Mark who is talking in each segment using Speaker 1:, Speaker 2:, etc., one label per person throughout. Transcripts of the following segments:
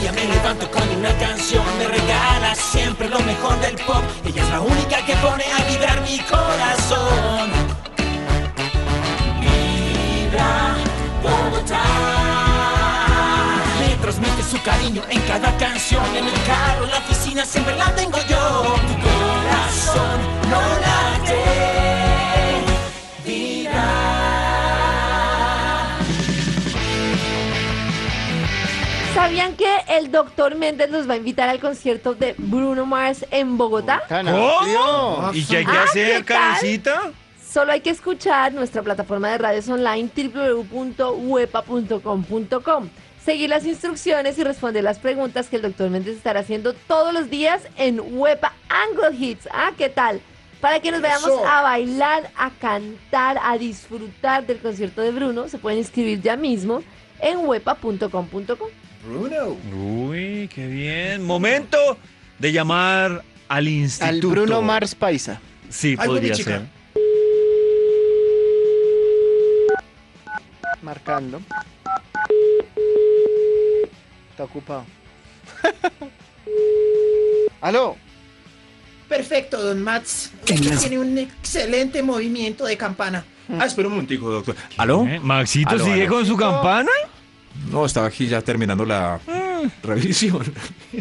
Speaker 1: día me levanto con una canción, me regala siempre lo mejor del pop. Ella es la única que pone a vibrar mi corazón. Vibra Bogotá. Me transmite su cariño en cada canción, en el carro, en la oficina, siempre la tengo yo. Tu corazón no late. Vibra.
Speaker 2: ¿Sabían que el doctor Méndez los va a invitar al concierto de Bruno Mars en Bogotá?
Speaker 3: ¿Cómo?
Speaker 4: ¿Y qué hay que
Speaker 2: Ah,
Speaker 4: hacer,
Speaker 2: ¿qué tal?
Speaker 4: Karencita?
Speaker 2: Solo hay que escuchar nuestra plataforma de radios online www.uepa.com.com. Seguir las instrucciones y responder las preguntas que el doctor Méndez estará haciendo todos los días en Uepa Angle Hits. Ah, ¿qué tal? Para que nos vayamos a bailar, a cantar, a disfrutar del concierto de Bruno, se pueden inscribir ya mismo en uepa.com.com.
Speaker 3: Bruno.
Speaker 4: Uy, qué bien. Momento de llamar al instituto.
Speaker 5: Al Bruno Mars Paisa.
Speaker 4: Sí,
Speaker 3: Algo mi
Speaker 4: podría
Speaker 3: chica.
Speaker 4: ser.
Speaker 5: Marcando. Está ocupado. Aló.
Speaker 6: Perfecto, don Mats. Usted tiene un excelente movimiento de campana.
Speaker 3: Ah, espera un momentico, doctor. ¿Aló?
Speaker 4: ¿Eh? ¿Maxito
Speaker 3: Aló,
Speaker 4: sigue
Speaker 3: aló.
Speaker 4: con su campana?
Speaker 3: No, estaba aquí ya terminando la revisión.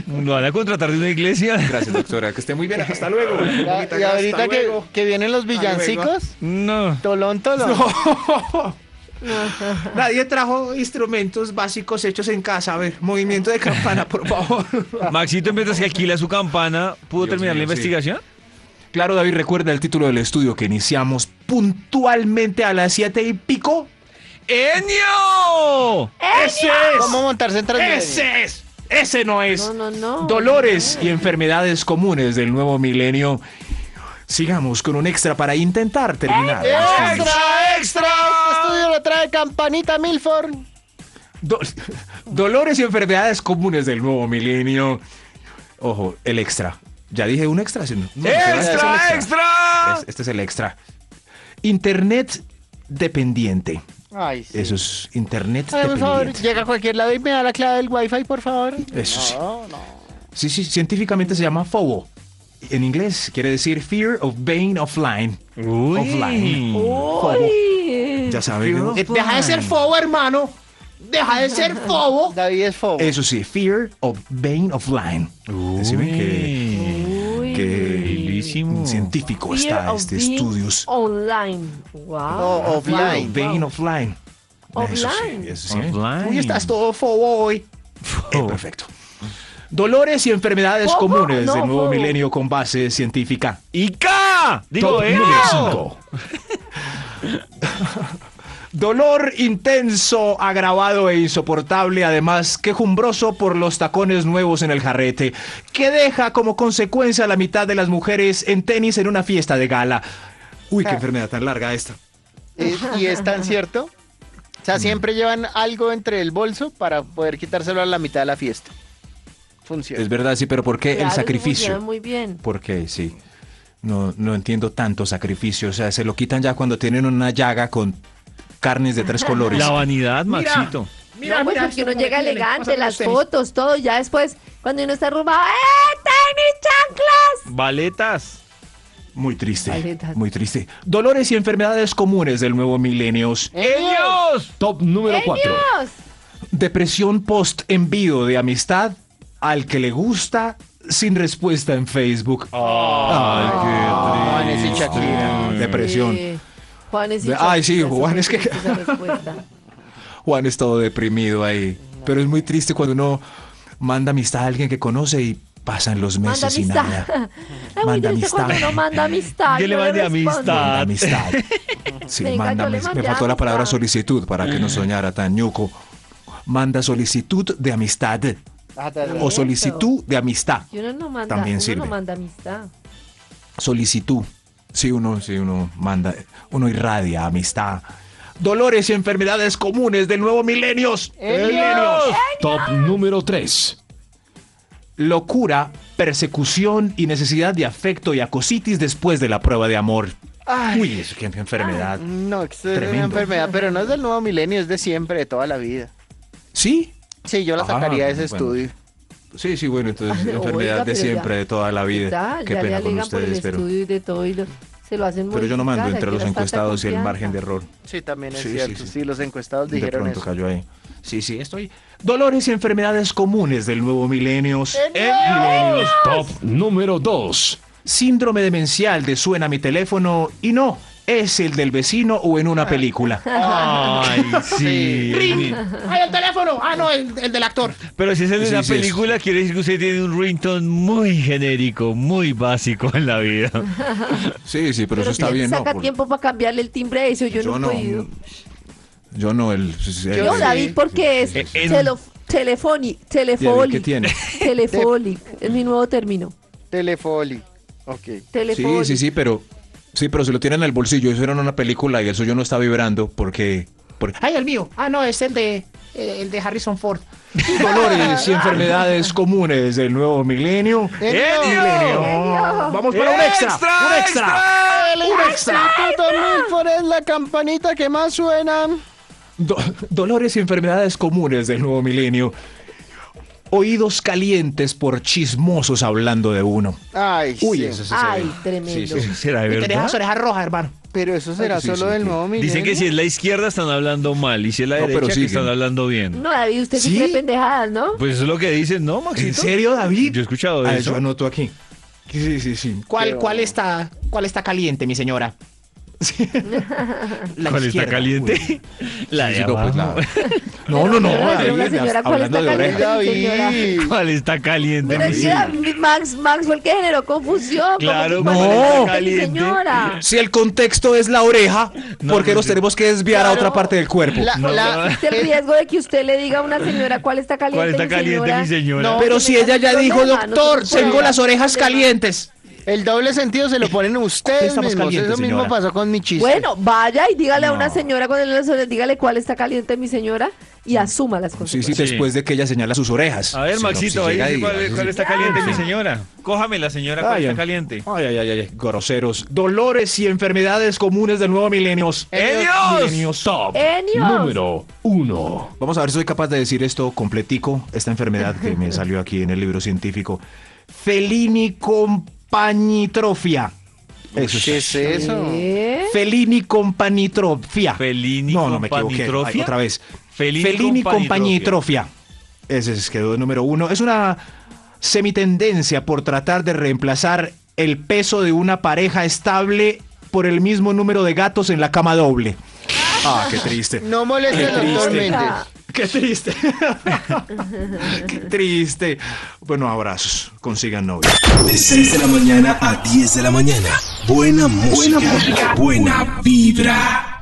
Speaker 4: Lo van a contratar de una iglesia.
Speaker 3: Gracias, doctora. Que esté muy bien. Hasta luego.
Speaker 5: Ya-
Speaker 3: Bonita,
Speaker 5: y
Speaker 3: hasta
Speaker 5: ahorita que,
Speaker 3: luego.
Speaker 5: que vienen los villancicos,
Speaker 4: No.
Speaker 5: tolón, tolón.
Speaker 6: Nadie trajo instrumentos básicos hechos en casa. A ver, movimiento de campana, por favor.
Speaker 4: Maxito, mientras que alquila su campana, ¿pudo
Speaker 3: Dios
Speaker 4: terminar
Speaker 3: mío,
Speaker 4: la
Speaker 3: sí.
Speaker 4: investigación?
Speaker 3: Claro, David, recuerda el título del estudio que iniciamos puntualmente a las siete y pico.
Speaker 4: ¡Enio!
Speaker 3: ¡Ese
Speaker 5: ¿Cómo montarse en
Speaker 3: es!
Speaker 5: Transmilenio?
Speaker 3: ¡Ese es! ¡Ese no es!
Speaker 2: No, no, no.
Speaker 3: Dolores y enfermedades comunes del nuevo milenio. Sigamos con un extra para intentar terminar.
Speaker 5: ¡Extra, extra! Este estudio lo trae Campanita Milford.
Speaker 3: Do- dolores y enfermedades comunes del nuevo milenio. Ojo, el extra. Ya dije un extra. ¿sí? No, este es el
Speaker 4: ¡Extra, extra!
Speaker 3: Es- Este es el extra. Internet dependiente.
Speaker 5: Ay, sí.
Speaker 3: Eso es internet
Speaker 5: Ay, por favor,
Speaker 3: dependiente.
Speaker 5: llega a cualquier lado y me da la clave del wifi, por favor.
Speaker 3: Eso sí.
Speaker 5: No, no.
Speaker 3: Sí, sí, científicamente se llama FOBO. En inglés quiere decir Fear of Being Offline.
Speaker 4: Uy.
Speaker 3: Offline.
Speaker 2: Uy.
Speaker 3: Ya saben, ¿no?
Speaker 6: Eh, Deja de ser fobo, hermano. Deja de ser fobo.
Speaker 5: David es fobo.
Speaker 3: Eso sí, Fear of Being Offline. Decime que,
Speaker 2: Uy.
Speaker 3: que
Speaker 4: Bellísimo.
Speaker 3: científico
Speaker 2: Fear
Speaker 3: está
Speaker 2: of
Speaker 3: este
Speaker 2: being
Speaker 3: estudios.
Speaker 2: Online. Wow.
Speaker 5: No,
Speaker 3: Fear of
Speaker 5: offline.
Speaker 3: Being Offline. Eso sí,
Speaker 2: Offline.
Speaker 3: eso sí.
Speaker 4: Offline.
Speaker 6: Uy, estás todo fobo hoy.
Speaker 3: Eh, perfecto. Dolores y enfermedades
Speaker 2: Fobo,
Speaker 3: comunes
Speaker 2: no,
Speaker 3: del nuevo
Speaker 2: fobo.
Speaker 3: milenio con base científica.
Speaker 4: ¡Ica! Digo,
Speaker 3: Top
Speaker 4: Enio.
Speaker 3: número cinco. Dolor intenso, agravado e insoportable, además quejumbroso por los tacones nuevos en el jarrete, que deja como consecuencia a la mitad de las mujeres en tenis en una fiesta de gala. Uy,
Speaker 2: Ah.
Speaker 3: qué enfermedad tan larga esta.
Speaker 5: Es- Eh, y es tan cierto. O sea, siempre llevan algo entre el bolso para poder quitárselo a la mitad de la fiesta. Funciona.
Speaker 3: Es verdad, sí, pero ¿por qué
Speaker 2: Claro,
Speaker 3: el
Speaker 2: eso funciona
Speaker 3: sacrificio?
Speaker 2: Muy bien.
Speaker 3: Porque sí. No, no entiendo tanto sacrificio. O sea, se lo quitan ya cuando tienen una llaga con carnes de tres colores.
Speaker 4: La vanidad,
Speaker 6: Mira.
Speaker 4: Maxito.
Speaker 2: no, pues porque
Speaker 6: esto
Speaker 2: uno
Speaker 6: como
Speaker 2: llega
Speaker 6: tiene.
Speaker 2: elegante,
Speaker 6: Pásame
Speaker 2: las
Speaker 6: los
Speaker 5: este
Speaker 6: tenis.
Speaker 2: fotos, todo. Ya después, cuando uno está arrumado, ¡eh, tenis, chanclas!
Speaker 4: Baletas.
Speaker 3: Muy triste.
Speaker 2: Paletas.
Speaker 3: Muy triste. Dolores y enfermedades comunes del nuevo milenios.
Speaker 4: ¡Ellos!
Speaker 3: Top número 4.
Speaker 2: ¡Genios!
Speaker 3: Depresión post envío de amistad al que le gusta sin respuesta en Facebook.
Speaker 2: Ah.
Speaker 4: Ah.
Speaker 5: Juanes y Shakira.
Speaker 3: Depresión.
Speaker 2: Eh, Juanes y
Speaker 3: De- ay, sí,
Speaker 2: Shakira,
Speaker 3: Juan,
Speaker 2: súper
Speaker 3: es que-
Speaker 2: triste esa respuesta.
Speaker 3: Juan es todo deprimido ahí. Pero es muy triste cuando uno manda amistad a alguien que conoce y pasan los meses
Speaker 2: Manda
Speaker 3: y
Speaker 2: amistad.
Speaker 3: nada.
Speaker 2: Ay, muy
Speaker 3: Manda
Speaker 2: triste cuando
Speaker 3: amistad.
Speaker 2: uno manda amistad.
Speaker 4: Yo
Speaker 2: y
Speaker 4: le
Speaker 2: no
Speaker 4: mandé
Speaker 2: responden.
Speaker 4: amistad.
Speaker 3: Manda amistad. Sí,
Speaker 2: Venga,
Speaker 3: manda
Speaker 2: yo le
Speaker 3: mes-
Speaker 2: mandé
Speaker 3: Me faltó la palabra
Speaker 2: amistad.
Speaker 3: solicitud para que no soñara tan ñuco. Manda solicitud de amistad
Speaker 5: Ah, tal vez.
Speaker 3: o solicitud de amistad.
Speaker 2: Y uno no manda,
Speaker 3: También
Speaker 2: uno
Speaker 3: sirve.
Speaker 2: no manda amistad.
Speaker 3: solicitud. Si uno, si uno manda, uno irradia amistad. Dolores y enfermedades comunes del nuevo milenios. Top número 3. Locura, persecución y necesidad de afecto y acositis después de la prueba de amor. Uy, eso qué enfermedad.
Speaker 5: No, esto es una
Speaker 3: Tremendo.
Speaker 5: enfermedad, pero no es del nuevo milenio, es de siempre, de toda la vida.
Speaker 3: ¿Sí?
Speaker 5: Sí, yo la
Speaker 3: Ah,
Speaker 5: sacaría de ese
Speaker 3: bueno.
Speaker 5: estudio.
Speaker 3: Sí, sí, bueno, entonces
Speaker 2: Ah, Oiga,
Speaker 3: enfermedad de
Speaker 2: pero
Speaker 3: siempre,
Speaker 2: ya-
Speaker 3: de toda la
Speaker 2: ¿Qué
Speaker 3: vida.
Speaker 2: tal?
Speaker 3: Qué
Speaker 2: ya le
Speaker 3: pena con
Speaker 2: alegan por el
Speaker 3: ustedes, pero,
Speaker 2: estudio y de todo y lo- se lo hacen
Speaker 3: pero yo no mando
Speaker 2: modificar,
Speaker 3: entre
Speaker 2: aquí
Speaker 3: los
Speaker 2: les falta
Speaker 3: encuestados y el margen de
Speaker 2: confianza.
Speaker 3: error.
Speaker 5: Sí, también es
Speaker 3: Sí, sí,
Speaker 5: cierto. Sí,
Speaker 3: sí.
Speaker 5: los encuestados
Speaker 3: De
Speaker 5: dijeron
Speaker 3: pronto
Speaker 5: eso.
Speaker 3: cayó ahí. Sí, sí, estoy. Dolores y enfermedades comunes del nuevo milenios.
Speaker 2: ¡Eh,
Speaker 3: Millennials.
Speaker 7: Top número 2.
Speaker 3: Síndrome demencial de suena mi teléfono y no, es el del vecino o en una
Speaker 2: Ah.
Speaker 3: película.
Speaker 4: Ay,
Speaker 5: Sí.
Speaker 4: sí.
Speaker 6: ¡Ring! ¡Ay, el teléfono! Ah, no, el, el del actor.
Speaker 4: Pero si es en
Speaker 3: Sí,
Speaker 4: una
Speaker 3: sí, es.
Speaker 4: película, quiere decir que usted tiene un ringtone muy genérico, muy básico en la vida.
Speaker 3: Sí, sí, pero, eso está
Speaker 2: ¿quién
Speaker 3: bien, ¿no?
Speaker 2: saca
Speaker 3: Por-
Speaker 2: tiempo para cambiarle el timbre a eso? Yo,
Speaker 3: yo
Speaker 2: no
Speaker 3: no.
Speaker 2: he podido.
Speaker 3: Yo no, el. el-
Speaker 2: Yo,
Speaker 5: sí.
Speaker 2: David, porque es
Speaker 4: sí, sí.
Speaker 2: telefónico, telefónico,
Speaker 3: David, ¿Qué tiene?
Speaker 2: es mi nuevo término.
Speaker 5: Telefoli. Ok.
Speaker 2: Telefónico.
Speaker 3: Sí, sí, sí, pero. Sí, pero se lo tiene en el bolsillo. Eso era en una película y el suyo no está vibrando porque. porque
Speaker 6: ¡Ay, el mío! Ah, no, es el de, el de Harrison Ford.
Speaker 3: Dolores y enfermedades comunes del nuevo milenio. Vamos para un extra. un extra.
Speaker 5: El Instituto Milford es la campanita que más suena.
Speaker 3: Do- dolores y enfermedades comunes del nuevo milenio. Oídos calientes por chismosos hablando de uno.
Speaker 5: Ay,
Speaker 3: Uy,
Speaker 5: sí.
Speaker 3: eso sí se
Speaker 2: Ay,
Speaker 3: ve.
Speaker 2: tremendo.
Speaker 4: ¿Será de
Speaker 6: Y te deja
Speaker 4: verdad?
Speaker 6: las orejas rojas, hermano.
Speaker 5: Pero eso será
Speaker 3: Ay, sí,
Speaker 5: solo
Speaker 3: sí,
Speaker 5: del
Speaker 3: que-
Speaker 5: nuevo milenio.
Speaker 4: Dicen que si es la izquierda están hablando mal y si es la
Speaker 3: No, pero
Speaker 4: derecha que
Speaker 3: siguen.
Speaker 4: están hablando bien.
Speaker 2: No, David, usted sí
Speaker 3: ¿Sí?
Speaker 2: cree pendejadas, ¿no?
Speaker 4: Pues eso es lo que dicen, ¿no, Maxito?
Speaker 3: ¿En serio, David?
Speaker 4: Yo he escuchado
Speaker 3: Ah,
Speaker 4: eso.
Speaker 3: Yo anoto aquí. Sí, sí, sí.
Speaker 6: ¿Cuál,
Speaker 5: Pero-
Speaker 6: cuál, está, ¿Cuál está caliente, mi señora?
Speaker 3: La
Speaker 4: ¿Cuál está
Speaker 3: izquierda.
Speaker 4: caliente? La
Speaker 3: Sí,
Speaker 4: de
Speaker 3: sí, no, pues,
Speaker 4: abajo.
Speaker 3: la- no, no, no.
Speaker 2: Pero, pero la
Speaker 3: David,
Speaker 2: señora, ¿cuál
Speaker 3: hablando
Speaker 2: está
Speaker 3: de
Speaker 2: caliente?
Speaker 3: orejas.
Speaker 5: David.
Speaker 4: ¿Cuál está caliente?
Speaker 2: Pero
Speaker 4: mi
Speaker 2: es que
Speaker 4: señor?
Speaker 2: David- Max, Max fue el que generó confusión.
Speaker 4: Claro,
Speaker 2: como que,
Speaker 3: no.
Speaker 2: ¿cuál es la
Speaker 4: Caliente.
Speaker 2: Señora.
Speaker 3: Si el contexto es la oreja,
Speaker 4: No,
Speaker 3: ¿por qué
Speaker 4: no,
Speaker 3: nos
Speaker 4: sí.
Speaker 3: tenemos que desviar a otra
Speaker 2: Claro.
Speaker 3: parte del cuerpo?
Speaker 5: La-
Speaker 4: No,
Speaker 5: la-
Speaker 4: no.
Speaker 2: Es el riesgo de que usted le diga a una señora cuál está caliente.
Speaker 4: ¿Cuál está caliente, mi señora?
Speaker 2: No.
Speaker 3: Pero si ella ya
Speaker 2: Problema,
Speaker 3: dijo,
Speaker 2: no
Speaker 3: doctor,
Speaker 2: se puede
Speaker 3: tengo
Speaker 2: hablar
Speaker 3: las
Speaker 2: de
Speaker 3: orejas
Speaker 2: tema".
Speaker 3: calientes.
Speaker 5: El doble sentido se lo ponen ustedes
Speaker 3: Estamos
Speaker 5: mismos.
Speaker 3: calientes,
Speaker 5: Eso mismo
Speaker 3: señora.
Speaker 5: pasó con mi chiste.
Speaker 2: Bueno, vaya y dígale a una
Speaker 3: No.
Speaker 2: señora cuando le suene, dígale cuál está caliente, mi señora, y asuma las cosas.
Speaker 3: Sí, sí,
Speaker 4: Sí.
Speaker 3: después de que ella señala sus orejas.
Speaker 4: A ver,
Speaker 3: Sí, no,
Speaker 4: Maxito,
Speaker 3: si
Speaker 4: ahí
Speaker 3: llega
Speaker 4: dice
Speaker 3: y-
Speaker 4: cuál, cuál está caliente, mi
Speaker 3: Sí. Ah,
Speaker 4: señora. Cójame la señora, ¿cuál
Speaker 3: Ay,
Speaker 4: está
Speaker 3: ay.
Speaker 4: caliente?
Speaker 3: Ay, ay, ay, ay, groseros. Dolores y enfermedades comunes del nuevo milenio. Milenio Top.
Speaker 2: Enios.
Speaker 7: Número 1.
Speaker 3: Vamos a ver si soy capaz de decir esto completico, esta enfermedad que me salió aquí en el libro científico. Felinicompanitrofia. Eso
Speaker 5: ¿Qué es eso?
Speaker 2: ¿Eh?
Speaker 3: Felinicompanitrofia.
Speaker 4: Felini
Speaker 3: No, no me equivoqué.
Speaker 4: companitrofia.
Speaker 3: Ay, otra vez.
Speaker 4: Felini
Speaker 3: Felini
Speaker 4: companitrofia.
Speaker 3: companitrofia. Ese es- quedó número uno. Es una semitendencia por tratar de reemplazar el peso de una pareja estable por el mismo número de gatos en la cama doble. Ah, qué triste.
Speaker 5: No moleste
Speaker 3: Qué
Speaker 5: al doctor
Speaker 3: triste.
Speaker 5: Méndez.
Speaker 3: Qué triste. qué triste. Bueno, abrazos. Consigan novio.
Speaker 8: De 6 de la mañana a 10 de la mañana. Buena música. Buena, buena vibra.